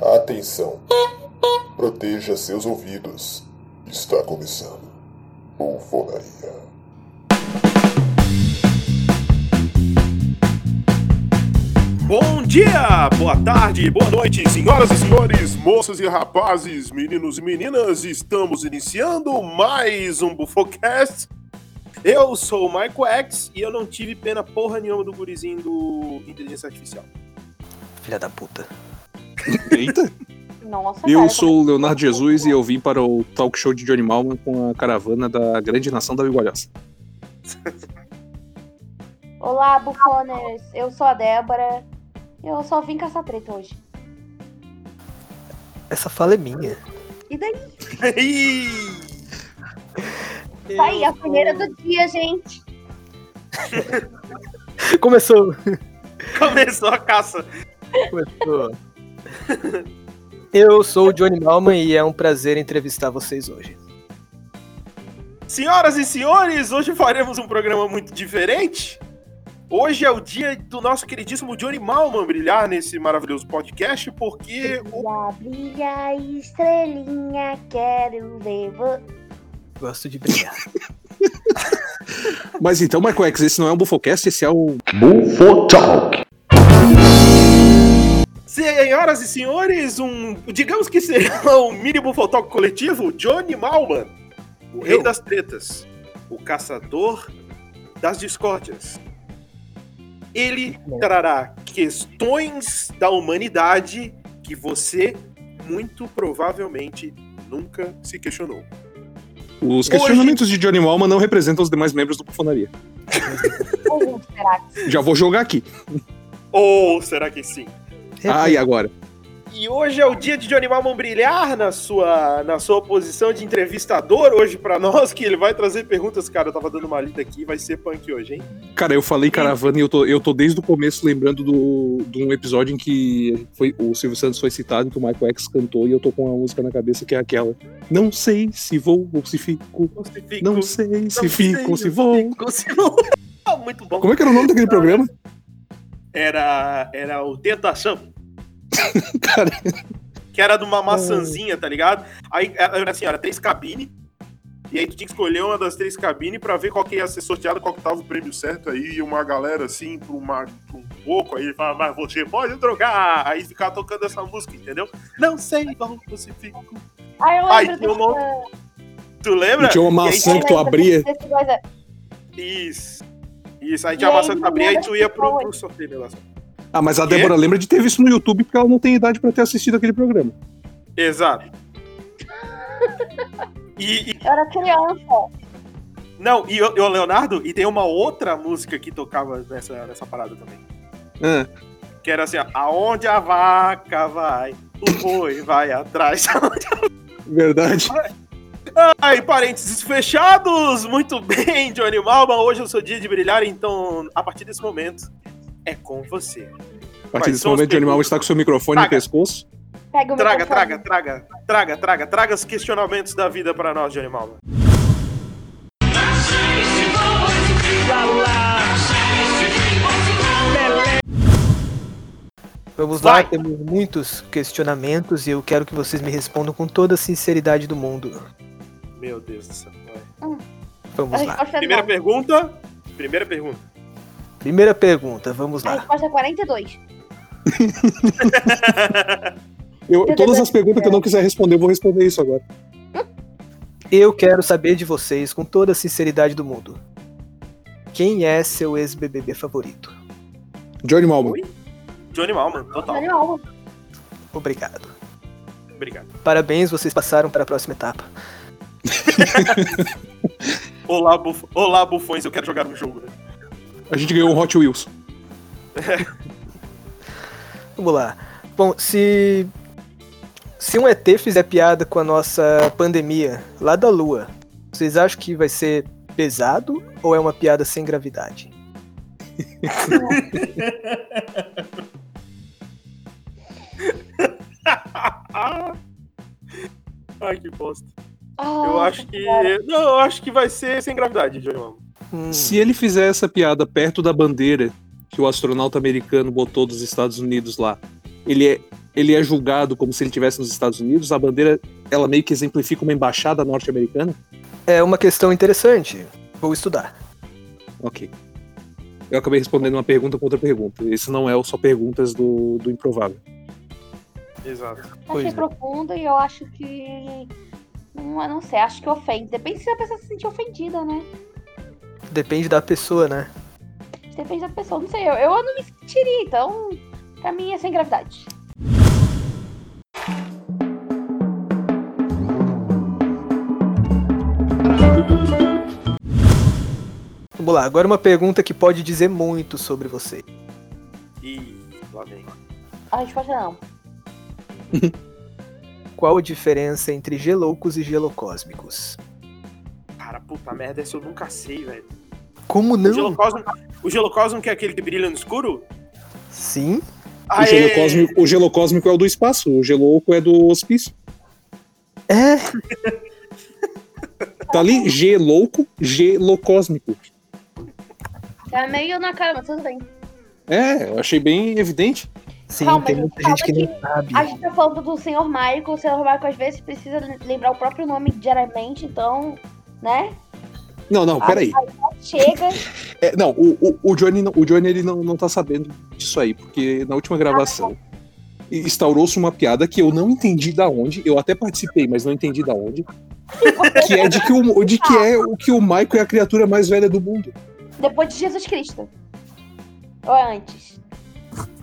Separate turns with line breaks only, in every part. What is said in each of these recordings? Atenção! Proteja seus ouvidos. Está começando. Bufonaria.
Bom dia, boa tarde, boa noite, senhoras e senhores, moças e rapazes, meninos e meninas, estamos iniciando mais um Bufocast. Eu sou o Michael X e eu não tive pena porra nenhuma do gurizinho do Inteligência Artificial.
Filha da puta.
Eita,
Nossa,
eu
cara,
sou o
como-
Leonardo Jesus e eu vim para o talk show de Johnny Malman com a caravana da grande nação da Bigolhaça.
Olá, bufoners. Eu sou a Débora. Eu só vim caçar treta hoje.
Essa fala é minha.
E daí?
Ih,
Tá aí, a primeira do dia, gente.
Começou!
Começou a caça.
Começou! eu sou o Johnny Malman e é um prazer entrevistar vocês hoje.
Senhoras e senhores, hoje faremos um programa muito diferente. Hoje é o dia do nosso queridíssimo Johnny Malman brilhar nesse maravilhoso podcast, porque o
Brilha, brilha, estrelinha, quero ver vo-
Gosto de brilhar.
Mas então, Marco X, esse não é um Bufocast, esse é o.
Bufo Talk.
Senhoras e senhores, um. Digamos que será o mínimo fotógrafo coletivo, Johnny Malman. O rei
Eu?
das tretas. O caçador das discórdias. Ele trará questões da humanidade que você muito provavelmente nunca se questionou.
Os questionamentos de Johnny Malman não representam os demais membros do Bufonaria.
o mundo, será?
Já vou jogar aqui.
Ou será que sim?
Ah, e agora?
E hoje é o dia de Johnny Malman brilhar na sua, na sua posição de entrevistador hoje pra nós, que ele vai trazer perguntas, cara. Eu tava dando uma lida aqui, vai ser punk hoje, hein?
Cara, eu falei caravana e eu tô, eu tô desde o começo lembrando do, de um episódio em que foi, o Silvio Santos foi citado, em que o Marco X cantou e eu tô com uma música na cabeça que é aquela. Não sei se vou ou se fico.
um
Não sei se fico ou se vou.
Muito bom.
Como é que era o nome daquele programa?
Era, era o Tentação,
Cara,
que era de uma maçãzinha, tá ligado? Aí era assim, era três cabines. E aí tu tinha que escolher uma das três cabines pra ver qual que ia ser sorteado, qual que tava o prêmio certo. Aí uma galera assim, pra, uma, pra um pouco, aí fala, mas você pode drogar! Aí ficar tocando essa música, entendeu? Não sei como você fica. um
Ah, eu
Ai,
lembro
tinha
dessa-
uma Tu lembra?
tinha uma
É E aí
maçã que tu
eu lembro
abria.
dessa coisa.
Isso. Isso, aí
E
tinha a
aí,
maçã que
não
tu abria e
lembra
tu ia
que
pro,
foi.
pro sorteio negócio.
Ah, mas a
Quê?
Débora lembra de ter visto no YouTube porque ela não tem idade pra ter assistido aquele programa.
Exato. E, e-
Eu era criança.
não, e o e o Leonardo, e tem uma outra música que tocava nessa, nessa parada também.
Ah,
Que era assim, ó, aonde a vaca vai, o boi vai atrás.
verdade.
Ai, parênteses fechados! Muito bem, Johnny Malba, hoje é o seu dia de brilhar, então a partir desse momento é com você.
A
Quais
partir desse
são as
momento, o Johnny Mal
perguntas?
está com seu microfone
Traga.
no pescoço.
Pega o
Traga,
microfone.
traga, traga, traga, traga, traga os questionamentos da vida pra nós, Johnny Malba.
Vamos lá,
Vai.
temos muitos questionamentos e eu quero que vocês me respondam com toda a sinceridade do mundo.
Meu Deus do céu. vai.
A
Vamos lá.
resposta, é
Primeira
nove.
pergunta. Primeira pergunta.
Primeira pergunta, vamos
a
lá.
resposta é 42.
Eu, todas
Eu também-
as perguntas que eu não quiser responder, eu vou responder isso agora.
Eu quero saber de vocês com toda a sinceridade do mundo. Quem é seu ex-BBB favorito?
Johnny Malman.
Oi? Johnny Malman, total.
Animal.
Obrigado.
Obrigado.
Parabéns, vocês passaram para a próxima etapa.
Olá, buf... Olá, bufões, eu quero jogar um jogo.
A gente ganhou um Hot Wheels.
Vamos lá. Bom, se. Se um ET fizer piada com a nossa pandemia lá da Lua, vocês acham que vai ser pesado ou é uma piada sem gravidade?
Ah! Ai, que bosta.
Ah,
Eu acho que. Não, eu acho que vai ser sem gravidade, Johnny Malman.
Hum,
Se ele fizer essa piada perto da bandeira que que o astronauta americano botou dos Estados Unidos lá, ele é, ele é julgado como se ele estivesse nos Estados Unidos, a bandeira, ela meio que exemplifica uma embaixada norte-americana?
É uma questão interessante. Vou estudar.
Ok. Eu acabei respondendo uma pergunta com outra pergunta. Esse não é o só perguntas do, do improvável.
Exato.
Achei
Pois é.
profundo e eu acho que. Não, eu não sei, acho que ofende. Depende se a pessoa se sentir ofendida, né?
Depende da pessoa, né?
Depende da pessoa. Não sei, eu, eu não me sentiria, então. Pra mim é sem gravidade.
Vamos lá, agora uma pergunta que pode dizer muito sobre você.
E lá vem.
A resposta não.
Qual a diferença entre geloucos e gelocósmicos?
Cara, puta merda, é essa eu nunca sei, velho.
Como
O
não?
Gelocosmo, o Gelocosmo que é aquele que brilha no escuro?
Sim?
O gelo, cósmico, o gelo cósmico é o do espaço, o gelo oco é do hospício.
É?
Tá ali, G louco, gelo cósmico.
Tá meio na cara, mas tudo bem.
É, eu achei bem evidente.
Sim,
Calma,
tem
gente,
muita gente
calma
que
que
não sabe.
A gente tá falando do Sr. Michael. O Sr. Michael às vezes precisa lembrar o próprio nome diariamente, então. Né?
Não, não, peraí.
Chega.
É, não, o, o, o Johnny, não- o Johnny ele não, não tá sabendo disso aí, porque na última gravação instaurou-se uma piada que eu não entendi da onde, eu até participei, mas não entendi da onde, que é de que o, de que é o que o Michael é a criatura mais velha do mundo.
Depois de Jesus Cristo. Ou é antes?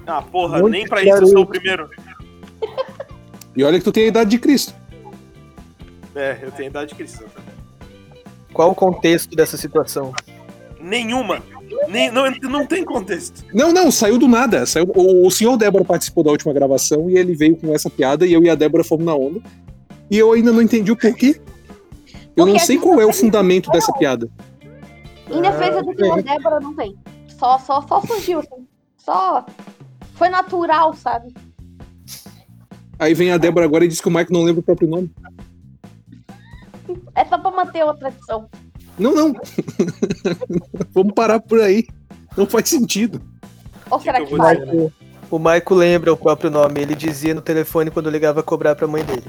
Ah, porra,
Muito
nem pra isso eu sou o
garoto.
primeiro.
E olha que tu tem a idade de Cristo.
É, eu tenho idade cristã também.
Qual o contexto dessa situação?
Nenhuma. Nem, não, não tem contexto.
Não, não, saiu do nada. Saiu, o, o senhor Débora participou da última gravação e ele veio com essa piada e eu e a Débora fomos na onda. E eu ainda não entendi o porquê. Eu não
Porque
sei
a gente
qual
não
é o
sabe
fundamento dessa piada.
Em defesa do Senhor Débora, não tem. Só, só, só surgiu, assim. Só. Foi natural, sabe?
Aí vem a Débora agora e diz que o Michael não lembra o próprio nome.
É só pra manter a tradição.
Não, não. Vamos parar por aí. Não faz sentido.
Ou será
que eu
que
vou
faz?
dizer?
O Maico lembra o próprio nome, ele dizia no telefone quando ligava a cobrar pra mãe dele.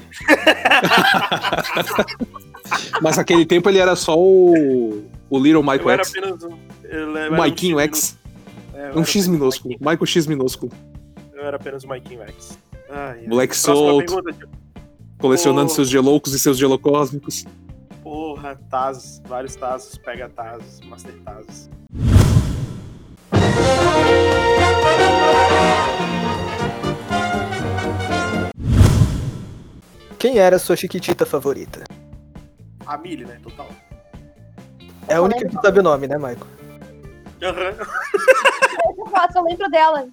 Mas naquele tempo ele era só o, o Little
Eu
Michael
era
X.
apenas um. eu era
O
um
Maiquinho
X
X.
minúsculo. É, eu
Um
era
X
apenas
minúsculo. Michael X minúsculo.
Maiquinho. Eu era apenas o Maiquinho X. Ai, ai.
Moleque
Próxima
solto.
pergunta, tipo, tio.
Colecionando
Oh.
seus geloucos e seus gelocósmicos.
Porra, Tazos, vários Tazos, pega Tazos, Master Tazos.
Quem era a sua chiquitita favorita?
A Mili, né? Total.
É a única que sabe o nome, né, Maico?
Aham.
Eu faço, eu lembro dela.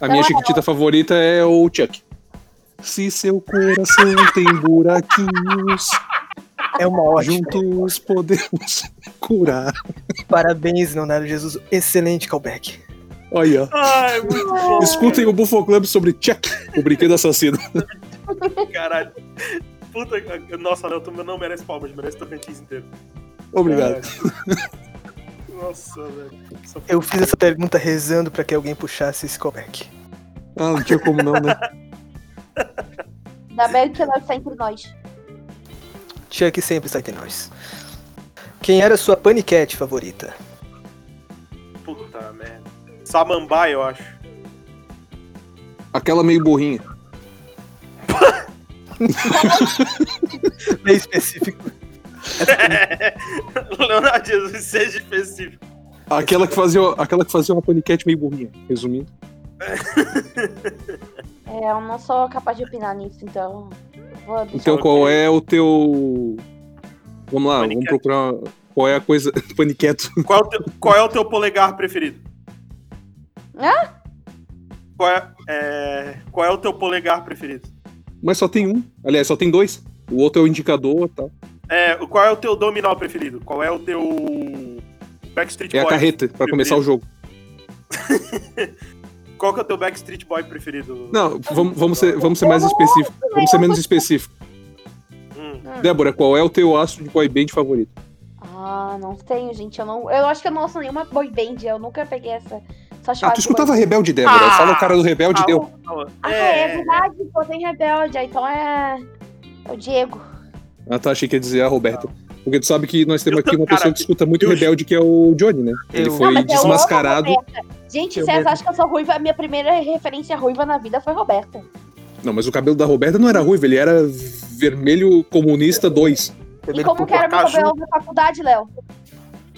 A minha
Não,
chiquitita favorita é o Chuck. Se seu coração tem buraquinhos,
É uma ótima.
juntos podemos curar.
Parabéns, Leonardo Jesus. Excelente callback.
Olha,
Ai, muito bom.
ó. escutem o Buffo Club sobre Chuck, o brinquedo assassino.
Caralho. Puta, que- nossa, Léo, tu não merece palmas, merece Tocantins inteiro.
Obrigado.
Caralho. Nossa, velho. Essa
Eu fiz essa pergunta rezando pra que alguém puxasse esse callback.
Ah, não tinha como não, né?
Ainda bem que ela está entre nós.
Chuck sempre está entre nós. Quem era a sua paniquete favorita?
Puta merda. Samambaia, eu acho.
Aquela meio burrinha.
Bem específico.
Leonardo Jesus, seja específico.
Aquela que fazia, aquela que fazia uma paniquete meio burrinha. Resumindo.
É, eu não sou capaz de opinar nisso, então. Vou deixar.
Então qual é o teu. Vamos lá, vamos
Paniquete.
procurar qual é a coisa. Paniqueto.
Qual é o teu, qual é o teu polegar preferido?
Hã?
Qual é, é, qual é o teu polegar preferido?
Mas só tem um. Aliás, só tem dois. O outro é o indicador e tal.
É, o- qual é o teu dominó preferido? Qual é o teu Backstreet
É
Boy?
a carreta, pra começar o jogo.
Qual que é o teu Backstreet Boy preferido?
Não, vamos, vamos, ser, vamos ser mais específicos. Vamos ser menos específicos.
Hum,
Débora, qual é o teu astro de boy band favorito?
Ah, não tenho, gente. Eu não. Eu acho que eu não ouço nenhuma boy band. Eu nunca peguei essa, Só chora.
Ah, tu escutava Rebelde Débora.
Ah!
Fala É o cara do Rebelde
Ah,
deu.
fala.
Ah, é verdade, pô, tem rebelde. aí, Então é. É o Diego.
Ah, tá, achei que ia dizer a Roberta. Porque tu sabe que nós temos
Eu
aqui
tô-
uma
cara,
pessoa que escuta muito
eu-
Rebelde, que é o Johnny, né? Ele
Eu-
foi
Não, mas é outra
desmascarado.
Roberta. Gente,
Eu
vocês
mesmo.
acham que eu sou ruiva? A minha primeira referência ruiva na vida foi Roberta.
Não, mas o cabelo da Roberta não era ruivo, ele era vermelho comunista 2.
E
Primeiro
como que
que
era meu
Caju.
cabelo na faculdade, Léo?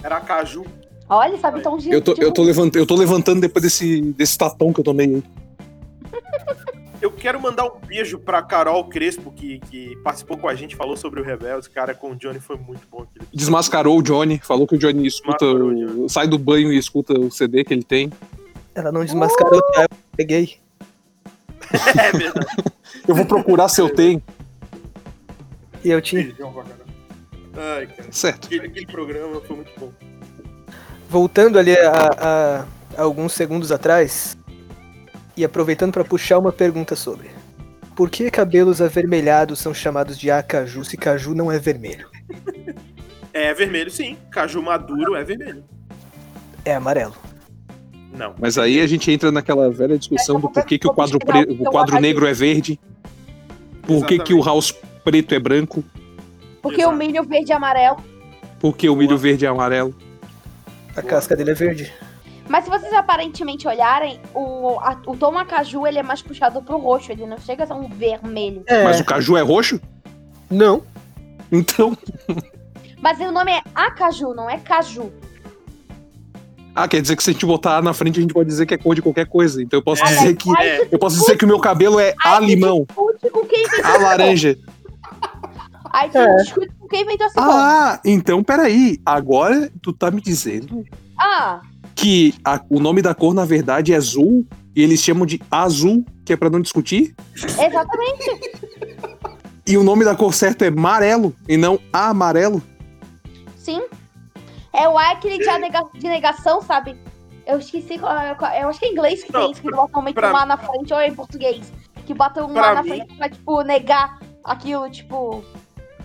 Era Caju.
Olha, sabe, tão de.
Eu tô,
de-
eu, tô levant- eu tô levantando depois desse, desse tapão que eu tomei aí.
Eu quero mandar um beijo pra Carol Crespo, que, que participou com a gente, falou sobre o Rebeldes. Cara, com o Johnny foi muito bom aquele episódio.
Desmascarou o Johnny, falou que o Johnny escuta.
Desmascarou o
o- Sai do banho e escuta o CD que ele tem.
ela não desmascarou, tá? Eu peguei.
É verdade.
Eu vou procurar se eu tenho.
E eu tinha.
Beijão pra Carol. Ai, cara.
Certo.
Aquele, aquele programa foi muito bom.
Voltando ali a, a- a alguns segundos atrás, e aproveitando pra puxar uma pergunta sobre. Por que cabelos avermelhados são chamados de acaju se caju não é vermelho?
É vermelho, sim. Caju maduro é vermelho.
É amarelo.
Não.
Mas aí a gente entra naquela velha discussão do porquê que o quadro, pre- o quadro negro é verde, por que, que o house preto é branco,
Porque
Exato.
o milho verde e amarelo.
por que o milho verde é amarelo.
A casca dele é verde.
Mas se vocês aparentemente olharem, o, a, o tom acaju ele é mais puxado pro roxo, ele não chega a ser um vermelho.
É.
Mas o caju é roxo?
Não.
Então.
Mas o nome é acaju, não é caju.
Ah, quer dizer que se a gente botar A na frente, a gente pode dizer que é cor de qualquer coisa. Então eu posso
É.
dizer que.
É,
Eu posso dizer que o meu cabelo é a limão,
Discute com quem inventou
a laranja.
Aí tu
É.
discute com quem inventou essa cor.
Ah, então peraí. Agora tu tá me dizendo
Ah,
que a- o nome da cor, na verdade, é azul, e eles chamam de azul, que é pra não discutir.
exatamente.
E o nome da cor certo é amarelo e não amarelo.
Sim. É o ar aquele de, anega- de negação, sabe? Eu esqueci. qual é- qual- Eu acho que é em inglês que
Não,
tem isso, que botam meio que
pra-
um A na frente, ou é em português. Que botam um
Pra
A na
mim-
frente pra, tipo, negar aquilo, tipo.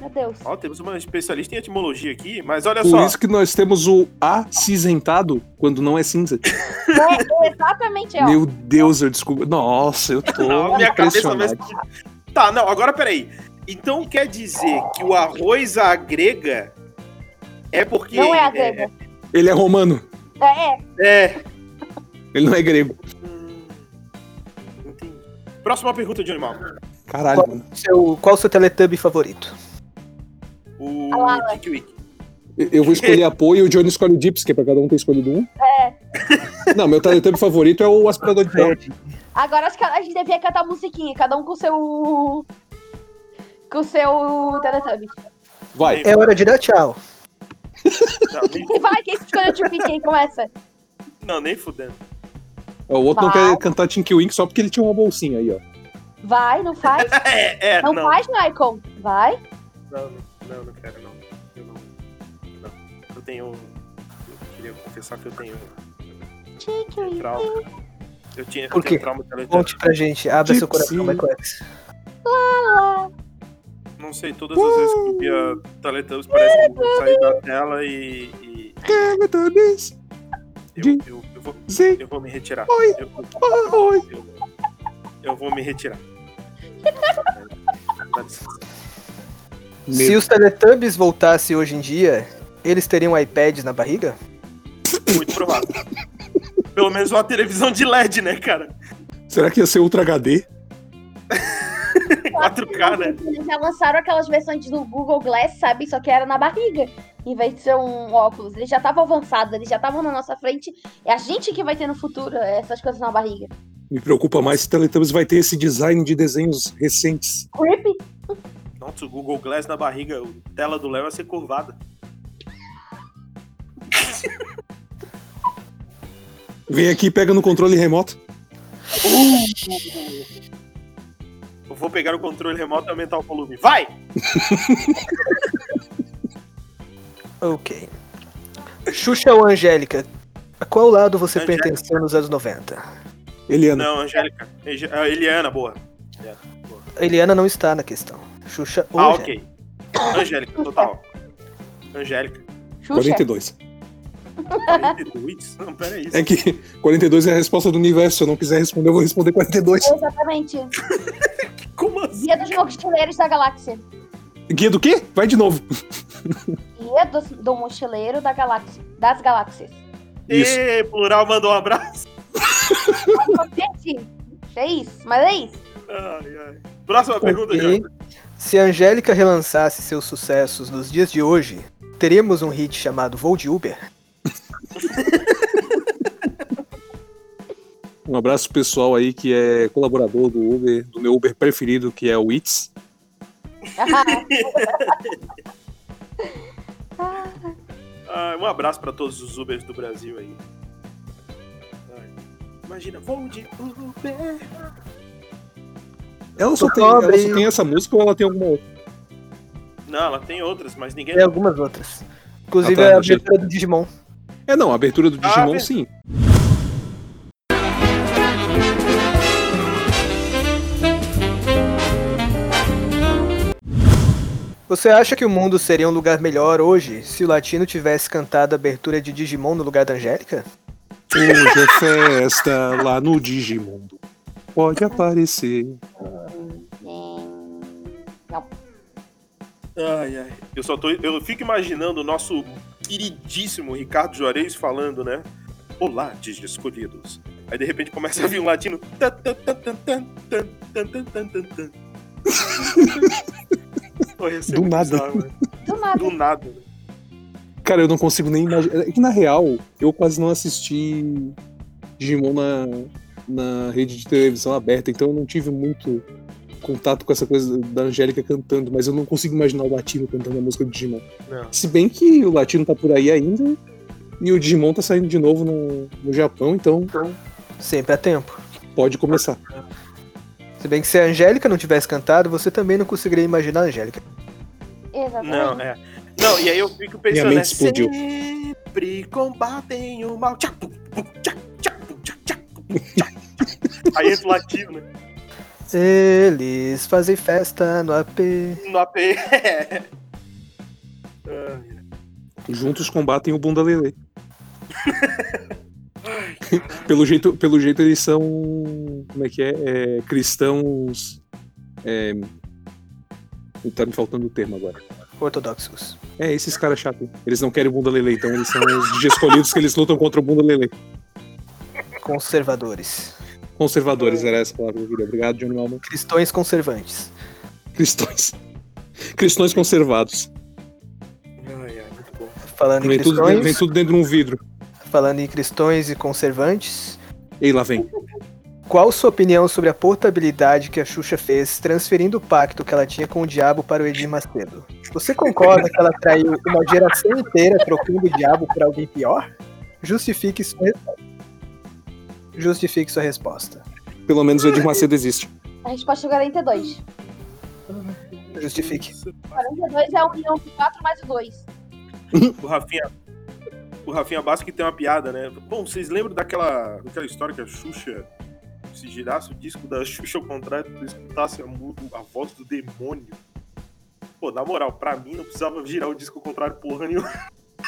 Meu Deus.
Ó, temos uma especialista em etimologia aqui, mas olha
Por
só.
isso que nós temos o acinzentado quando não é cinza.
É, exatamente, ó.
Meu Deus, eu descubro. Nossa, eu tô.
Não, minha cabeça vai
impressionado.
explodir. Tá, não, agora peraí. Então quer dizer que o arroz à grega é porque.
Não é a grega.
Ele é romano,
É, é.
É.
ele não é grego.
Hum, entendi. Próxima pergunta de animal.
Caralho, mano.
Seu, qual o seu Teletubby favorito?
O Kick Week.
Eu- Eu vou escolher apoio e o Johnny escolhe o Dips, que é pra cada um ter escolhido um. É. Não, meu Teletubby favorito é o aspirador de pó.
Agora acho que a gente devia cantar musiquinha, cada um com o seu. Com o seu Teletubbies.
Vai.
É hora de dar tchau.
Não, nem,
E vai, quem escolheu de quem começa?
não, nem fudendo.
Ó, O outro não
Vai.
quer cantar Tinky Wink só porque ele tinha uma bolsinha aí, ó.
Vai, não faz?
É, é,
Não,
não. Não,
faz, Maicon? Vai?
não, não, não quero, não. Eu não. Não. Eu tenho. Eu queria confessar que eu tenho trauma. Eu tinha eu
Por
tenho
quê?
trauma teletubbies.
Conte pra gente. Abra seu coração,
Gypsy.
Michael X.
Não sei, todas as vezes que eu via Teletubbies parece que eu saí da tela e. e
Teletubbies,
eu, eu, eu, vou,
sim.
eu vou me retirar.
Oi.
Eu,
Oi.
eu, eu vou me retirar. É, tá Dá licença.
Se
Meu-
os Teletubbies voltassem hoje em dia, eles teriam iPads na barriga?
Muito provável. Pelo menos uma televisão de LED, né, cara?
Será que ia ser Ultra HD?
4K, né?
Eles já lançaram aquelas versões do Google Glass, sabe? Só que era na barriga, em vez de ser um óculos. Eles já estavam avançados, eles já estavam na nossa frente. É a gente que vai ter no futuro essas coisas na barriga.
Me preocupa mais se Teletubbies vai ter esse design de desenhos recentes.
Creepy.
Nossa, o Google Glass na barriga, a tela do Léo vai ser curvada.
Vem aqui e pega no controle remoto.
Eu vou pegar o controle remoto e aumentar o volume. Vai!
Ok. Xuxa ou Angélica? A qual lado você
Angélica.
pertenceu nos anos 90?
Eliana,
Não, Angélica. Ege- ah, Eliana, boa. Eliana.
A Eliana não está na questão. Xuxa é ou
Ah,
Angélica?
ok. Angélica, total. Angélica.
Xuxa.
42.
42? Não, peraí.
É que 42 é a resposta do universo. Se eu não quiser responder, eu vou responder 42.
Exatamente.
Como assim?
Guia dos Mochileiros da Galáxia.
Guia do quê? Vai de novo.
Guia do, do Mochileiro da Galáxia. Das Galáxias.
Isso.
Ê, plural mandou um abraço.
Eu perdi. É isso, mas é isso.
Ai, ai. Próxima pergunta,
Ok.
Jota.
Se a Angélica relançasse seus sucessos nos dias de hoje, teríamos um hit chamado Voo de Uber?
Um abraço pro pessoal aí que é colaborador do Uber, do meu Uber preferido, que é o Wits.
Ah, um abraço pra todos os Ubers do Brasil aí. Ai. Imagina, vou de Uber.
Ela só,
Tô
tem, ela
pobre.
só tem essa música ou ela tem alguma outra?
Não, ela tem outras, mas ninguém.
E algumas outras. Inclusive
Ah, tá,
a
achei-
abertura do Digimon.
É não, a abertura do Digimon
Ah,
sim.
Você acha que o mundo seria um lugar melhor hoje se o latino tivesse cantado a abertura de Digimon no lugar da Angélica?
Hoje é festa lá no Digimundo. Pode aparecer.
Ai, ai. Eu só tô. Eu fico imaginando o nosso queridíssimo Ricardo Juarez falando, né? Olá, Digi escolhidos. Aí de repente começa a vir um latino. Tan, tan, tan, tan, tan, tan, tan, tan, tan, tan, tan. Porra, ia ser
Do
muito
nada.
bizarro, né?
Do nada.
Do nada. né?
Cara, eu não consigo nem imaginar. É que na real, eu quase não assisti Digimon na, na rede de televisão aberta, então eu não tive muito contato com essa coisa da Angélica cantando, mas eu não consigo imaginar o latino cantando a música do Digimon.
Não.
Se bem que o latino tá por aí ainda e o Digimon tá saindo de novo no, no Japão, então
Sempre há tempo.
pode começar.
Se bem que se a Angélica não tivesse cantado, você também não conseguiria imaginar a Angélica.
Exatamente.
Não, é. Não, e aí eu fico pensando,
Minha mente
né?
explodiu.
Sempre combatem o mal. Tchac, tuc, tuc, tchac, tchac, tuc, tchac, tchac, tuc, tchac, tchac. Aí entra o latino, né?
Eles fazem festa no AP.
No AP. É.
Juntos combatem o Bunda Lele. pelo, jeito, pelo jeito eles são. Como é que é? É, cristãos. É, tá me faltando o termo agora.
Ortodoxos.
É, esses caras chatos. Eles não querem o Bunda Lele, então eles são os de escolhidos que eles lutam contra o Bunda Lele.
Conservadores.
Conservadores era essa palavra que eu queria. Obrigado, Johnny Malman.
Cristões conservantes.
Cristões. Cristões conservados.
Ai, ai, muito bom.
Falando em
Vem tudo, dentro, vem
cristões.
tudo dentro de um vidro.
Falando em cristões e conservantes.
Ei, lá vem.
Qual sua opinião sobre a portabilidade que a Xuxa fez transferindo o pacto que ela tinha com o diabo para o Edir Macedo? Você concorda que ela traiu uma geração inteira trocando o diabo por alguém pior? Justifique sua resposta. Justifique sua resposta.
Pelo menos o Edir Macedo existe.
A resposta é 42.
Justifique.
42 é a união de 4 mais 2.
O Rafinha. O Rafinha Basco que tem uma piada, né? Bom, vocês lembram daquela, daquela história que a Xuxa. Se girasse o disco da Xuxa ao contrário, tu escutasse a, mu- a voz do demônio. Pô, na moral, pra mim não precisava girar o disco ao contrário porra nenhuma.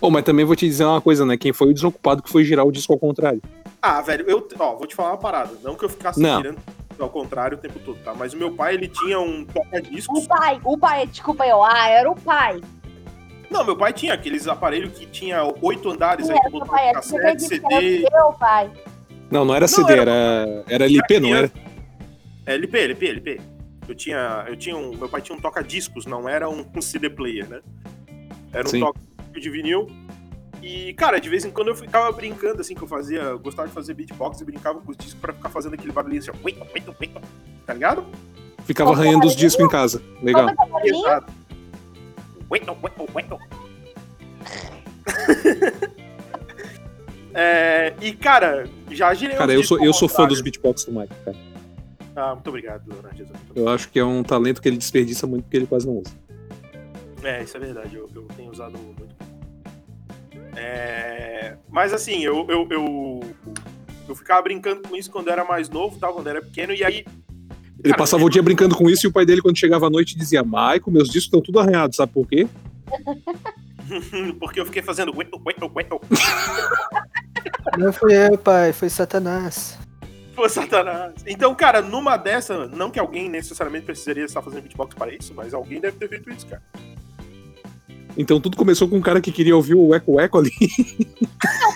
Bom, mas também vou te dizer uma coisa, né? Quem foi o desocupado que foi girar o disco ao contrário?
Ah, velho, eu, ó, vou te falar uma parada. Não que eu ficasse
Não.
girando ao contrário o tempo todo, tá? Mas o meu pai, ele tinha um
O
toca-discos.
pai, o pai, desculpa eu. Ah, era o pai.
Não, meu pai tinha aqueles aparelhos que tinha oito andares aí,
Era
é que tá
o
botava um
É, pai, era o pai.
cassete, CD,
Meu pai.
Não, não era
Não,
CD,
era-
era, era LP, não era?
É, LP, LP, LP. Eu tinha, eu tinha um, meu pai tinha um toca-discos, não era um, um CD player, né? Era um
Sim.
toca de vinil. E, cara, de vez em quando eu ficava brincando, assim, que eu fazia, eu gostava de fazer beatbox e brincava com os discos pra ficar fazendo aquele barulhinho assim, ó, uim, uim, uim, tá ligado?
Ficava arranhando os discos em casa. Legal.
Como é que é o barulhinho?
Exato. Uim, uim, uim, uim. É, e, cara, já girei
Cara,
uns
eu sou,
discos
eu sou
ao
fã dos
contrário.
beatbox do Mike, cara.
Ah, muito obrigado, Ana Jesus. muito
Eu acho que é um talento que ele desperdiça muito porque ele quase não usa.
É, isso é verdade, eu, eu tenho usado muito. É, mas assim, eu, eu, eu, eu ficava brincando com isso quando eu era mais novo, tal, quando eu era pequeno, e aí.
Ele
Cara,
passava
eu-
o dia brincando com isso e o pai dele, quando chegava à noite, dizia: Maico, meus discos estão tudo arranhados, sabe por quê?
hum, Porque eu fiquei fazendo. ué, ué, ué, ué.
Não fui eu, pai, foi Satanás.
Pô, tipo, Satanás. Então, cara, numa dessa, não que alguém necessariamente precisaria estar fazendo beatbox para isso, mas alguém deve ter feito isso, cara.
Então tudo começou com um cara que queria ouvir o Eco Eco ali.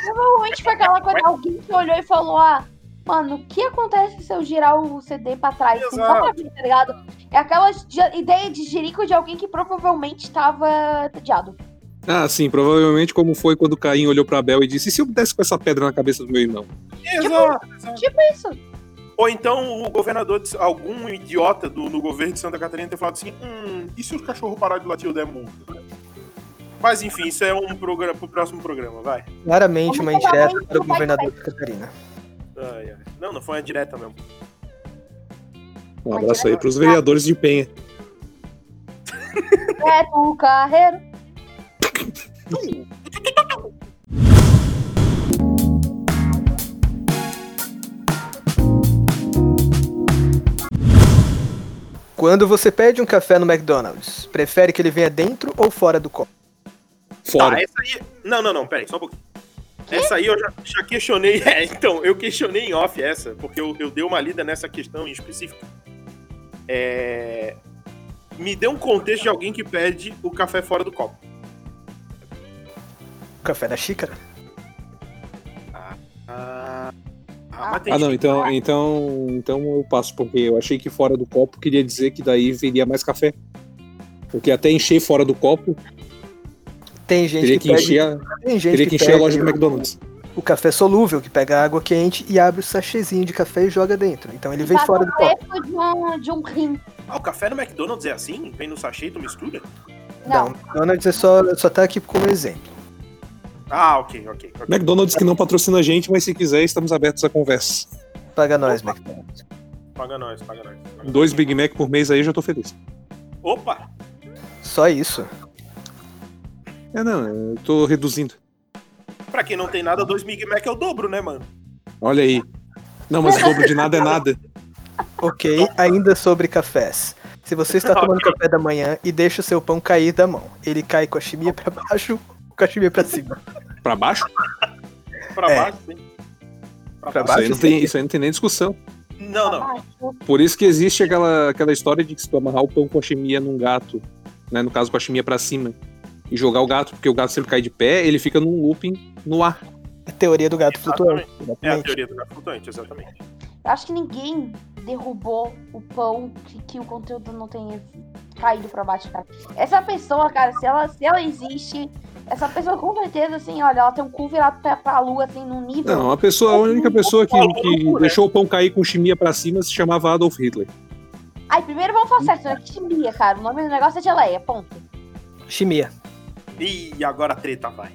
Provavelmente foi aquela coisa, alguém que olhou e falou, ah, mano, o que acontece se eu girar o CD pra trás? Assim, só pra ver, tá ligado? É aquela gi- ideia de jirico de alguém que provavelmente tava tediado.
Ah, sim, provavelmente como foi quando Caim olhou pra Abel e disse: e se eu desse com essa pedra na cabeça do meu irmão?
Exato, exato.
Tipo isso.
Ou então o governador, de- algum idiota do, no governo de Santa Catarina ter falado assim: hum, e se os cachorros pararem de latir o demônio? Mas enfim, isso é um programa pro próximo programa, vai.
Claramente uma
Vamos
indireta
falar
para o
isso, vai,
governador de Catarina.
Ai, ai. Não, não foi uma direta mesmo.
Um abraço aí pros vereadores de Penha.
É tu, carreiro.
Quando você pede um café no McDonald's, prefere que ele venha dentro ou fora do copo?
Fora.
Tá, essa aí. Não, não, não, peraí, só um pouquinho. Essa aí eu já, já questionei. É, então, eu questionei em off essa, porque eu, eu dei uma lida nessa questão em específico. É, Me dê um contexto de alguém que pede o café fora do copo.
Café da xícara?
Ah, ah, mas tem
Ah, não,
gente-
então, então, então eu passo, porque eu achei que fora do copo queria dizer que daí viria mais café. Porque até encher fora do copo,
Tem gente
teria
que,
que
pede,
encher, a-
tem gente
teria que encher a
pede né?
loja do McDonald's.
o café solúvel, que pega água quente e abre o sachêzinho de café e joga dentro. Então ele vem
Tá
fora do
no
copo.
preço de um, de um rim.
Ah, o café no McDonald's é assim? Vem no sachê e tu mistura?
Não.
Não, McDonald's é só, só tá aqui como exemplo.
Ah, ok, ok. ok.
McDonald's que não patrocina a gente, mas se quiser, estamos abertos à conversa.
Paga nós, McDonald's.
Paga nós, paga nós. paga nós.
Dois Big Mac por mês aí, já tô feliz.
Opa!
Só isso.
É, não, eu tô reduzindo.
Pra quem não tem nada, dois Big Mac é o dobro, né, mano?
Olha aí. Não, mas o dobro de nada é nada.
Ok, ainda sobre cafés. Se você está tomando café da manhã e deixa o seu pão cair da mão, ele cai com a chimia pra baixo ou com a chimia pra cima?
Pra baixo?
Pra
É.
baixo, sim.
Pra
Isso aí
baixo?
não tem, isso aí não tem nem discussão.
Não, é não.
Acho.
Por isso que existe aquela, aquela história de que se tu amarrar o pão com a chimia num gato, né? No caso, com a chimia pra cima, e jogar o gato, porque o gato sempre cai de pé, ele fica num looping no ar.
É teoria do gato flutuante.
Exatamente. É a
exatamente.
teoria do gato flutuante, exatamente.
Eu acho que ninguém derrubou o pão que, que o conteúdo não tenha caído pra baixo, cara. Essa pessoa, cara, se ela, se ela existe, essa pessoa com certeza, assim, olha, ela tem um cu virado pra, pra lua, assim, num nível.
Não, a pessoa, a única pessoa que, que deixou o pão cair com chimia pra cima se chamava Adolf Hitler.
Aí, primeiro vamos falar certo, não é quimia, cara. O nome do negócio é geleia, ponto.
Chimia.
Ih, agora a treta vai.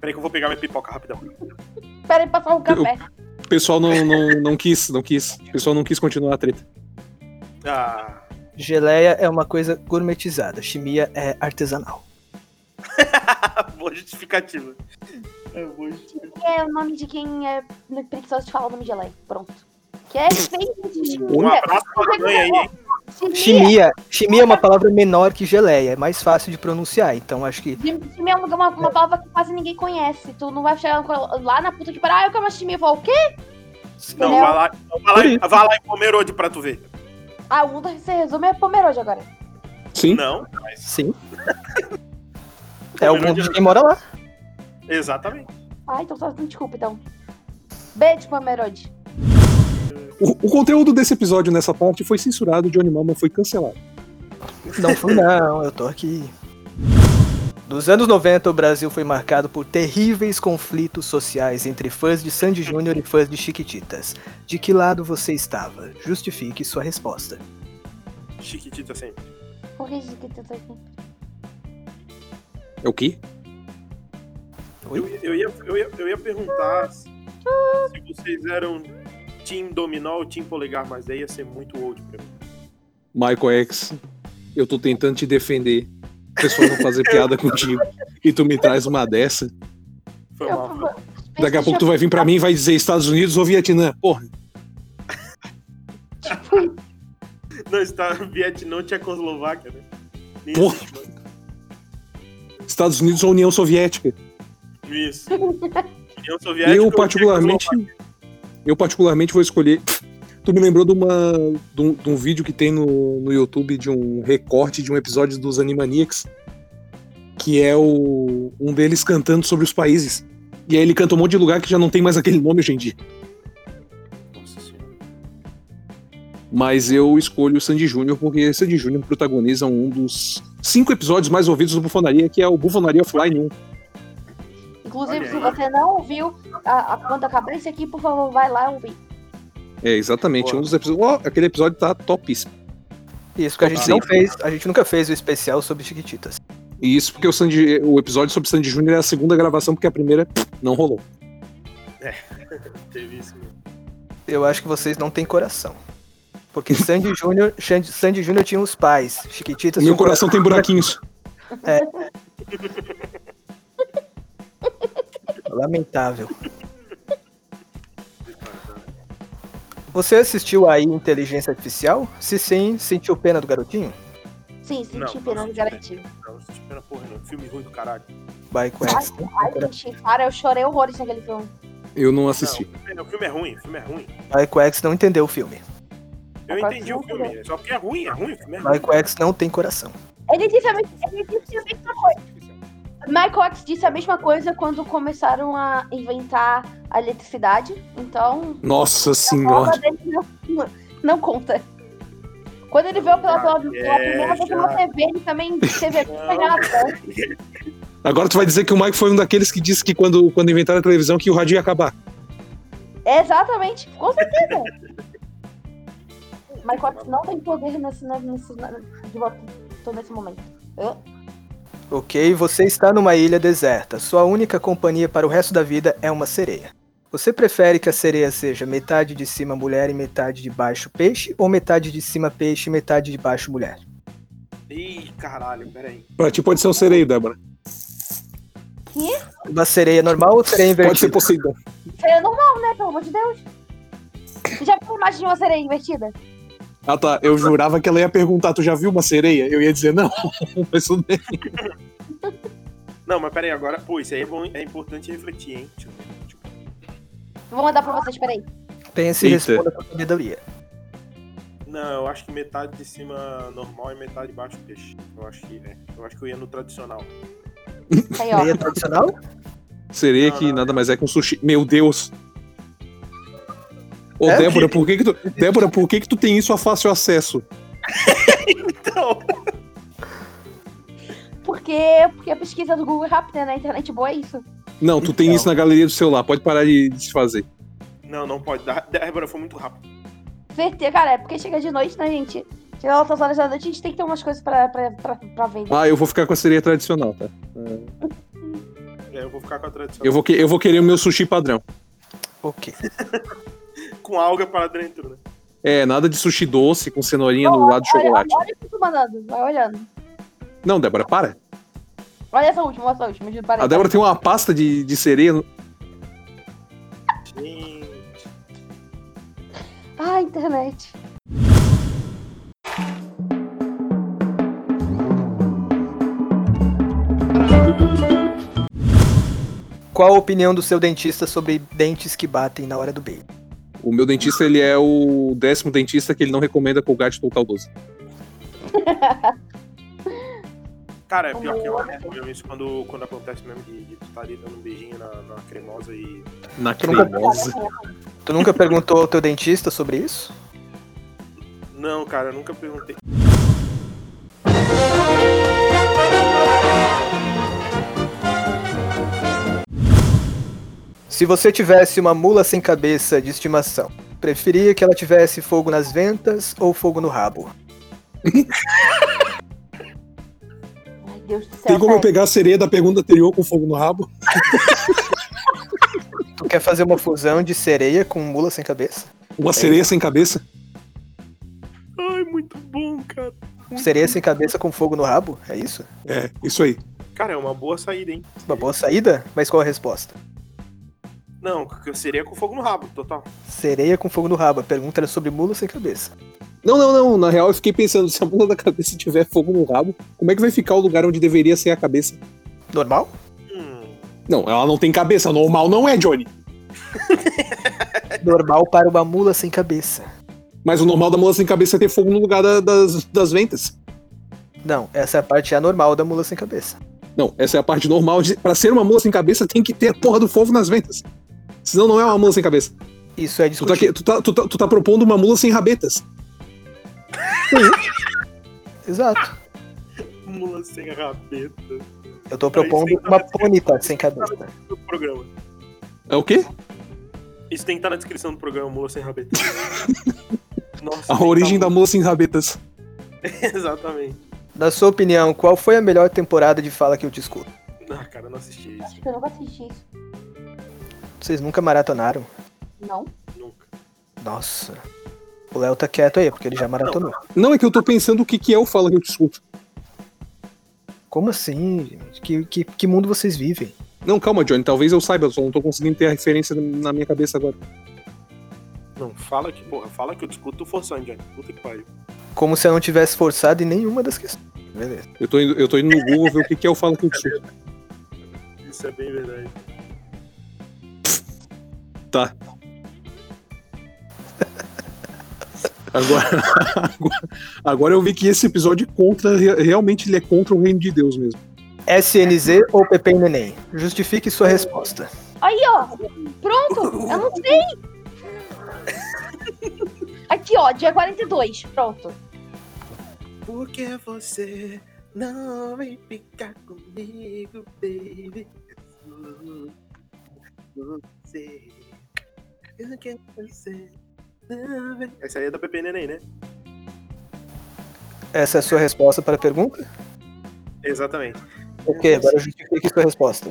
Peraí que eu vou pegar minha pipoca rapidão.
Espera aí passar um café.
O pessoal não, não, não quis, não quis. O pessoal não quis continuar a treta.
Ah.
Geleia é uma coisa gourmetizada. Chimia é artesanal.
Boa justificativa. É boa justificativa.
É o nome de quem é preguiçoso de falar o nome de geleia. Pronto. Que é feio de
Um
chimia.
abraço pra ganha aí, hein?
Chimia.
Chimia. Chimia é uma palavra menor que geleia, é mais fácil de pronunciar. Então acho que
Chimia é uma, uma palavra que quase ninguém conhece. Tu não vai chegar lá na puta que parar, ah, eu quero uma chimia. Eu falo, o quê?
Não,
Entendeu?
vai lá, então vai lá, e- vai lá em Pomerode pra tu ver.
Ah, o mundo se resume a Pomerode agora.
Sim,
Não,
sim. É o mundo de quem mora lá.
exatamente.
Ah, então só desculpa, então. Beijo, Pomerode.
o, o conteúdo desse episódio nessa parte foi censurado, Johnny Mama foi cancelado.
Não fui não, eu tô aqui. Nos anos 90, o Brasil foi marcado por terríveis conflitos sociais entre fãs de Sandy Júnior e fãs de Chiquititas. De que lado você estava? Justifique sua resposta.
Chiquitita sempre.
Por que que tu tá aqui?
É o quê?
Eu, eu, ia, eu, ia, eu ia perguntar se, se vocês eram Team Dominó ou Team Polegar, mas daí ia ser muito old pra mim.
Michael X, eu tô tentando te defender. O pessoal não fazer piada contigo. E tu me traz uma dessa.
Foi
Eu-
mal. foi mal.
Daqui a pouco tu vai vir pra mim e vai dizer Estados Unidos ou Vietnã. Porra,
Não, está Vietnã, Tchecoslováquia, né? Nem
Porra.
existe mais.
Estados Unidos ou União Soviética.
Isso. União Soviética
eu
ou
particularmente, eu particularmente vou escolher. Tu me lembrou de, uma, de, um, de um vídeo que tem no, no YouTube de um recorte de um episódio dos Animaniacs, que é o, um deles cantando sobre os países. E aí ele canta um monte de lugar que já não tem mais aquele nome hoje em dia.
Tchecoslováquia. Nossa Senhora.
Mas eu escolho o Sandy Júnior porque Sandy Júnior protagoniza um dos cinco episódios mais ouvidos do Bufonaria, que é o Bufonaria Offline 1.
Inclusive,
Olha
se
aí.
você não ouviu, a, a, quando acabar esse aqui, por favor, vai lá ouvir.
É, exatamente.
Boa.
Um dos episódios. Ó, aquele episódio tá topíssimo.
Isso, que a gente
Sim.
não fez, a gente nunca fez o especial sobre Chiquititas.
E isso porque o, Sandy, o episódio sobre Sandy Júnior é a segunda gravação, porque a primeira pff, não rolou.
Teve isso, né?
Eu acho que vocês não têm coração. Porque Sandy Júnior Sandy, Sandy Júnior tinha uns pais. Chiquititas.
Meu
um
coração tem buraquinhos.
Lamentável.
né?
Você assistiu aí Inteligência Artificial? Se sim, sentiu pena do garotinho?
Sim,
Não,
senti
não
pena de
senti
garantir.
Não, isso não era porra, não. Filme ruim do caralho.
Vai com né? essa.
Ai, gente, cara, eu chorei horrores naquele filme.
Eu não assisti.
Não, o filme é ruim, o filme é ruim.
Michael X não entendeu o filme.
Eu
Mas
entendi o
não
filme,
entendeu.
só porque é ruim, é ruim, o filme é ruim.
Michael X não tem coração.
Ele disse a, mes- ele disse a mesma coisa. Michael X disse a mesma coisa quando começaram a inventar a eletricidade. Então,
Nossa
a obra
senhora.
dele não, não conta. Quando ele veio pela, pela, pela primeira vez
Gagueja.
na TV, ele também teve a mesma reação.
Agora tu vai dizer que o Mike foi um daqueles que disse que quando, quando inventaram a televisão que o rádio ia acabar.
Exatamente, com certeza. Michael X não tem poder nesse, nesse, de volta nesse momento.
Ok, você está numa ilha deserta. Sua única companhia para o resto da vida é uma sereia. Você prefere que a sereia seja metade de cima mulher e metade de baixo peixe, ou metade de cima peixe e metade de baixo mulher?
Ih, caralho, peraí.
Pra ti pode ser um sereio, Débora.
Uma sereia normal ou sereia
Pode ser
invertida?
Poseidon.
Seria normal, né? Pelo amor de Deus. Você já viu a imagem de uma sereia invertida?
Ah tá, eu jurava que ela ia perguntar, tu já viu uma sereia? Eu ia dizer não, mas tudo bem.
Não, mas peraí, agora, pô, isso aí é, bom, é importante refletir, hein? Deixa eu ver, tipo,
Vou mandar pra vocês, peraí.
Pense e
Eita.
responda com sabedoria.
Não, eu acho que metade de cima normal e metade de baixo peixe. Eu acho que é. Eu acho que eu ia no tradicional.
Tá Aí, ó.
Sereia tradicional?
Sereia
Não,
que
não,
nada mais é que um sushi. Meu Deus! Ô,
É,
Débora,
que-
por que que tu... Débora, por que que tu tem isso a fácil acesso?
Então,
Porque, porque a pesquisa do Google é rápida, né? A internet boa é isso.
Não, tu tem
Então.
isso na galeria do celular, pode parar de, de se fazer.
não, não pode dar. Débora foi muito rápido.
Certeza, cara, é porque chega de noite, né, gente? Chega altas horas da noite, a gente tem que ter umas coisas pra, pra, pra, pra vender.
Ah, eu vou ficar com a sereia tradicional, tá?
É, eu vou ficar com a tradicional.
Eu vou, que- eu vou querer o meu sushi padrão.
Ok.
Com alga para dentro, né?
É, nada de sushi doce com cenourinha no
Olha,
lado de
olha,
chocolate.
olha o que eu tô mandando, vai olhando.
Não, Débora, para.
Olha essa última, olha essa última. juro, Parei,
A Ah, Débora tem uma pasta de, de sereia. no-
Gente.
Ah, internet.
Qual a opinião do seu dentista sobre dentes que batem na hora do beijo?
O meu dentista, ele é o décimo dentista que ele não recomenda Colgate Total 12.
Cara, é pior que é uma merda mesmo isso quando, quando acontece mesmo de, de tu tá ali dando um beijinho na, na cremosa e.
Na
Tu nunca-
cremosa.
Tu nunca perguntou ao teu dentista sobre isso?
Não, cara, eu nunca perguntei.
Se você tivesse uma mula sem cabeça de estimação, preferia que ela tivesse fogo nas ventas ou fogo no rabo?
Ai, Deus do céu.
Tem como eu
sério.
pegar a sereia da pergunta anterior com fogo no rabo?
Tu quer fazer uma fusão de sereia com mula sem cabeça?
Uma sereia sem cabeça?
Ai, muito bom, cara. Muito
Sereia sem cabeça com fogo no rabo? É isso?
É, isso aí.
bom. Cara, é uma boa saída, hein?
Uma boa saída? Mas qual a resposta?
Não, que eu seria com fogo no rabo, total.
Sereia com fogo no rabo. A pergunta era sobre mula sem cabeça.
Não, não, não. Na real, eu fiquei pensando, se a bunda da cabeça tiver fogo no rabo, como é que vai ficar o lugar onde deveria ser a cabeça?
Normal?
Hum,
Não, ela não tem cabeça. Normal não é, Johnny.
Normal para uma mula sem cabeça.
Mas o normal da mula sem cabeça é ter fogo no lugar da- das, das ventas.
Não, essa é a parte anormal da mula sem cabeça.
Não, essa é a parte normal. de- Pra ser uma mula sem cabeça, tem que ter a porra do fogo nas ventas. Senão não é uma mula sem cabeça.
Isso é
Tu tá,
discutível.
que- tu tá- tu tá- tu tá propondo uma mula sem rabetas.
Exato.
mula sem rabeta
Eu tô
Aí
propondo
sem
uma
cabeça.
pônita sem cabeça.
do programa.
É o quê?
Isso tem que estar na descrição do programa, mula sem rabeta. Nossa,
A
tem
origem
que
da
tá-
mula sem rabetas.
Exatamente.
Na sua opinião, qual foi a melhor temporada de Fala que eu te escuto?
Ah, cara, eu não assisti isso
Acho que eu nunca assisti isso.
Vocês nunca maratonaram?
Não.
nunca.
Nossa. O Léo tá quieto aí, porque ele já maratonou.
Não, é que eu tô pensando o que, que é o Fala que eu te escuto.
Como assim, gente? Que, que, que mundo vocês vivem?
Não, calma, Johnny. Talvez eu saiba, eu só não tô conseguindo ter a referência na minha cabeça agora.
Não, fala que, porra, fala que eu discuto forçando, Johnny. Puta que pariu.
Como se eu não tivesse forçado em nenhuma das questões. Beleza.
Eu tô indo, eu tô indo no Google ver o que, que é o Fala que eu te escuto.
Isso é bem verdade.
Tá. Agora, agora, agora eu vi que esse episódio é contra, re- realmente ele é contra o reino de Deus mesmo.
SNZ ou Pepe e Neném? Justifique sua resposta.
Aí, ó. Pronto. Eu não sei. Aqui, ó. Dia 42. Pronto.
Porque você não vem ficar comigo, baby. Você. Eu quero você. Não vem... Essa aí é da Pepe Neném, né?
Essa é a sua resposta para a pergunta?
Exatamente.
Ok, agora justifique sua resposta.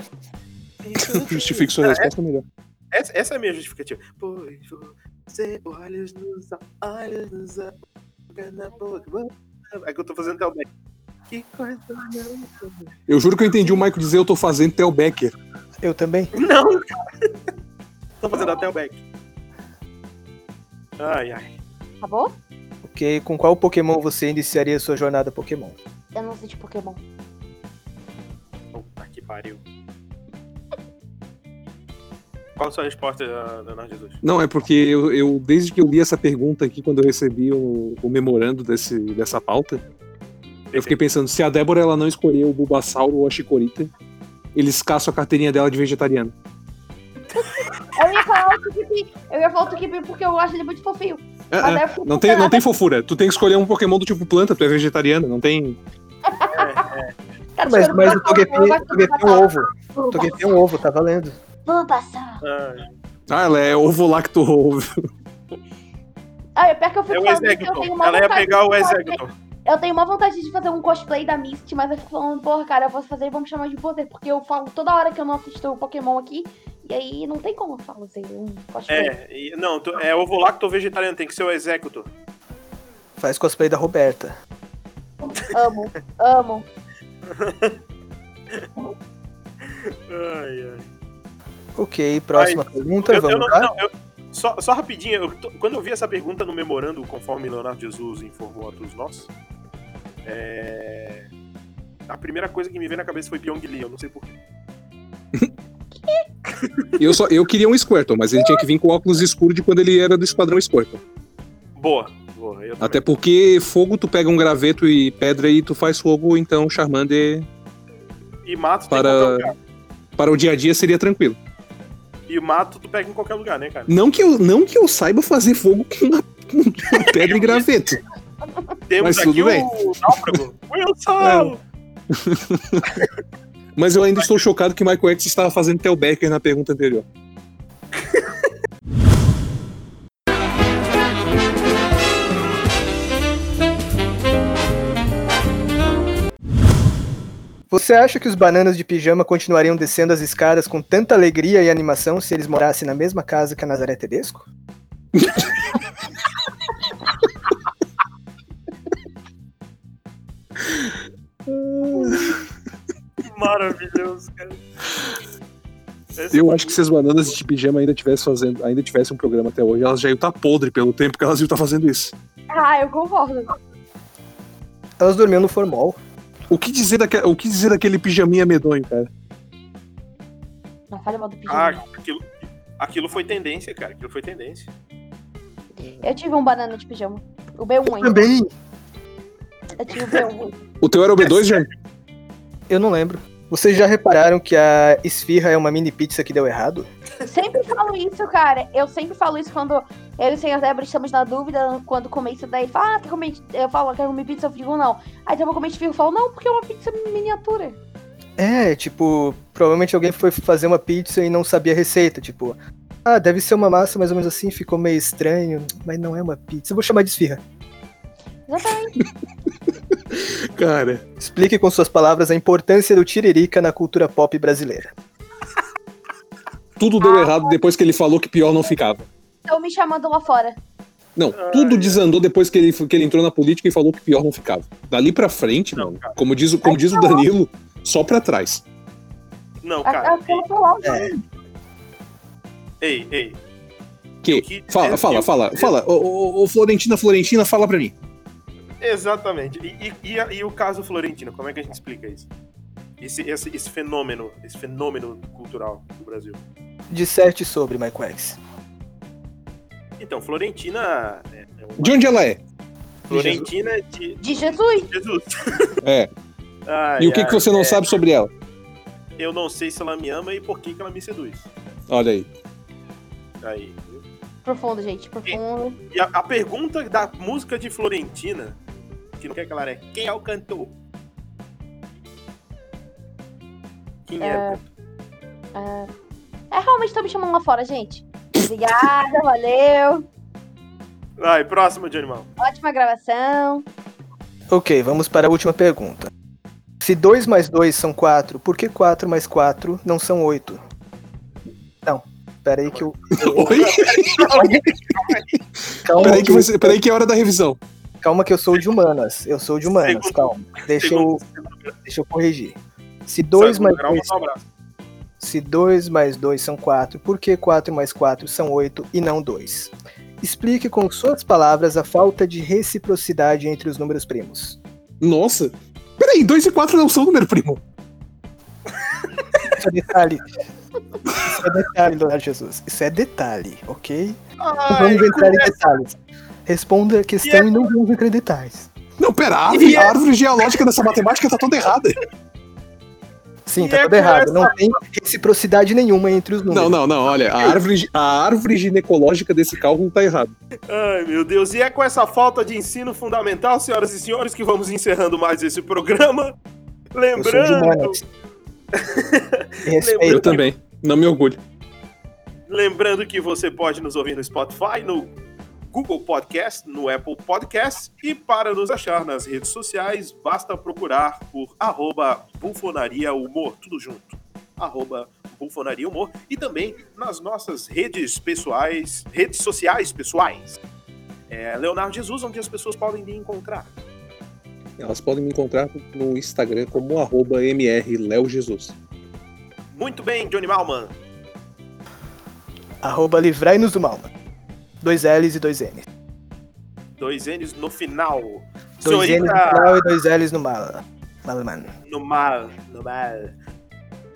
Justifique sua resposta melhor.
Essa, essa é a minha justificativa. Pois você olhos nos olhos nos olhos na boca. É que eu tô fazendo até o back. Que coisa não.
Eu juro que eu entendi o Michael dizer eu tô fazendo Theo Becker.
Eu também.
Não, cara. Tô fazendo até o back. Ai, ai.
Acabou?
Ok, com qual Pokémon você iniciaria sua jornada Pokémon?
Eu não sei de Pokémon.
Puta que pariu. Qual a sua resposta, Leonardo Jesus?
Não, é porque eu, eu- desde que eu li essa pergunta aqui, quando eu recebi o, o memorando desse, dessa pauta, eu fiquei pensando, se a Débora ela não escolheu o Bulbasauro ou a Chicorita, eles caçam a carteirinha dela de vegetariana.
Eu ia falar o Tukipi. Eu ia falar o Tukipi porque eu acho ele muito fofinho.
É, é.
Mas aí eu fiquei
Não tem, não
pensando,
tem fofura. Tu tem que escolher um Pokémon do tipo planta, tu é vegetariana, não tem.
cara,
Mas,
eu
mas
quero
o Togepi
Bulbasaur, eu
Togepi é um
gosto do
ovo. O Togepi é um ovo, tá valendo.
Bulbasaur.
Ai,
Ah, ela é ovo-lacto-ovo.
Ah, é pior que eu
é
fico
o
falando que eu
Exeggutor.
tenho uma
Ela ia
vontade
pegar o
de fazer-
Exeggutor.
Eu tenho uma vontade de fazer um cosplay da Mist, mas eu fico falando, porra, cara, eu vou fazer e vão me chamar de poder, porque eu falo toda hora que eu não assisto o Pokémon aqui, e aí não tem como eu falar assim, um cosplay.
É, e- não, tu- é ovo lacto ou vegetariano, tem que ser o Executor.
Faz cosplay da Roberta.
Amo, amo.
Ai, ai.
Ok, próxima pergunta,
Eu- eu
vamos
não-
lá.
não, eu- só, só rapidinho, eu tô- quando eu vi essa pergunta no memorando, conforme Leonardo Jesus informou a todos nós, é, a primeira coisa que me veio na cabeça foi Pyong Lee, eu não sei porquê.
Eu, só, eu queria um Squirtle, mas ele tinha que vir com óculos escuros de quando ele era do Esquadrão Squirtle.
Boa, boa. Eu
Até porque fogo, tu pega um graveto e pedra e tu faz fogo, então Charmander
também. E mato tem
para-
em qualquer lugar.
para o dia a dia seria tranquilo.
E mato tu pega em qualquer lugar, né, cara?
Não que eu, não que eu saiba fazer fogo com uma, com uma pedra e graveto.
Temos
Mas
aqui
tudo bem.
o Náufrago. Wilson!
Mas eu ainda estou chocado que Michael X estava fazendo Theo Becker na pergunta anterior.
Você acha que os bananas de pijama continuariam descendo as escadas com tanta alegria e animação se eles morassem na mesma casa que a Nazaré Tedesco?
É.
Maravilhoso, cara. Esse
Eu acho que se as bananas de pijama ainda tivessem fazendo, ainda tivesse um programa até hoje, elas já iam estar podre pelo tempo que tá elas iam estar fazendo isso.
Ah, eu concordo.
Elas dormiam no formol.
O que dizer, daque, o que dizer daquele pijaminha medonho, cara?
Não fale mal do
Ah,
pijama.
aquilo, aquilo foi tendência, cara. Aquilo foi tendência.
Eu tive um banana de pijama. O B1 ainda.
Também.
Eu tive o B1.
O teu era o B2, já?
Eu não lembro. Vocês já repararam que a esfirra é uma mini pizza que deu errado?
sempre falo isso, cara. Eu sempre falo isso quando eu e o senhor Débora estamos na dúvida quando comer isso daí. Ele fala, ah, quer comer... Eu falo, quer comer pizza? Eu digo, não. Aí tem uma comer esfirra, eu falo, não, porque é uma pizza miniatura.
É, tipo, provavelmente alguém foi fazer uma pizza e não sabia a receita, tipo. Ah, deve ser uma massa mais ou menos assim, ficou meio estranho, mas não é uma pizza. Eu vou chamar de esfirra.
Exatamente.
Cara,
Explique com suas palavras a importância do tiririca na cultura pop brasileira.
tudo
Ah,
deu errado depois que ele falou que pior não ficava.
Estão me chamando lá fora.
Não,
Ah, é.
tudo desandou depois que ele, que ele entrou na política e falou que pior não ficava. Dali pra frente,
Não,
mano,
cara. tá
como diz, o- como diz o Danilo, só pra trás.
Não,
Ah,
cara.
Aquela foi lá,
É.
Ei, ei.
Que?
Que-
Fala, fala,
eu-
fala,
eu-
fala. Ô, ô, ô, Florentina, Florentina, fala pra mim.
Exatamente. E, e- e a- e o caso Florentino, como é que a gente explica isso? Esse, esse, esse fenômeno, esse fenômeno cultural do Brasil.
Disserte sobre, Mike Wax.
Então, Florentina. É, é uma-
De onde ela é?
Florentina é de
De Jesus.
Jesus.
É.
Ai,
E o que,
ai,
que você não
é,
sabe sobre ela?
Eu não sei se ela me ama e por que, que ela me seduz.
Olha aí.
Aí. viu?
Profundo, gente, profundo.
E a, a pergunta da música de Florentina, que não quer que ela é, quem é o cantor? Quem é, o cantor?
É, realmente estão me chamando lá fora, gente. Obrigada, valeu.
Vai, próxima de animal.
Ótima gravação.
Ok, vamos para a última pergunta. Se 2 mais 2 são 4, por que 4 mais 4 não são 8? Não, peraí que eu.
Oi?
Calma,
Peraí que,
eu-
você, peraí que é hora da revisão.
Calma que eu sou de humanas. Eu sou de humanas,
Segundo-
calma. Deixa eu, deixa eu corrigir. Se 2
Segundo
mais
grau,
2
mandar um abraço.
se 2 mais 2 são 4, por que 4 mais 4 são 8 e não 2? Explique com suas palavras a falta de reciprocidade entre os números primos.
Nossa. Peraí, 2 e 4 não são número primo.
Isso é detalhe. Isso é detalhe, Leonardo Jesus. Isso é detalhe, ok? Não
Ai,
vamos entrar em detalhes. Responda a
é
questão e não vamos entrar em detalhes.
Não, pera,
E
a árvore,
é-
a árvore geológica dessa matemática tá toda errada.
Sim,
E
tá
é
tudo
com
errado.
essa-
Não tem reciprocidade nenhuma entre os números.
Não, não, não, olha, a árvore, a árvore ginecológica desse cálculo tá errada.
Ai, meu Deus. E é com essa falta de ensino fundamental, senhoras e senhores, que vamos encerrando mais esse programa.
Eu sou de
Lembrando,
humanas. Me respeita.
Eu também. Não me orgulho.
lembrando que você pode nos ouvir no Spotify, no Google Podcast, no Apple Podcast e para nos achar nas redes sociais, basta procurar por arroba bufonaria humor, tudo junto. Arroba bufonaria humor e também nas nossas redes pessoais, redes sociais pessoais. É, Leonardo Jesus, onde as pessoas podem me encontrar.
Elas podem me encontrar no Instagram como arroba mrleojesus.
Muito bem, Johnny Malman.
Arroba livrai-nos do mal. Dois L's e dois N's.
Dois N's no final.
Dois N's no
Senhorita
mal e dois L's no mal. Mal, mano.
no mal, no mal.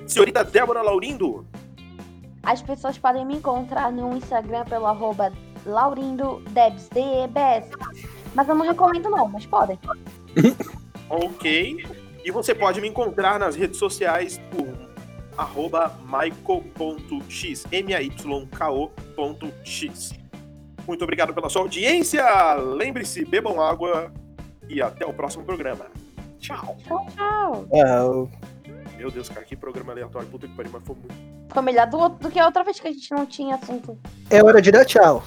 Senhorita Débora Laurindo.
As pessoas podem me encontrar no Instagram pelo arroba laurindodebs, D-E-B-S. Mas eu não recomendo não, mas podem.
Ok. E você pode me encontrar nas redes sociais por arroba maico.x, M-A-Y-K-O ponto X. Muito obrigado pela sua audiência. Lembre-se, bebam água e até o próximo programa. Tchau.
Tchau, Então, tchau.
Ah, o
Meu Deus, cara, que programa aleatório. Puta que pariu, mas foi muito.
Foi melhor do, outro- do que a outra vez que a gente não tinha assunto.
É hora de dar tchau.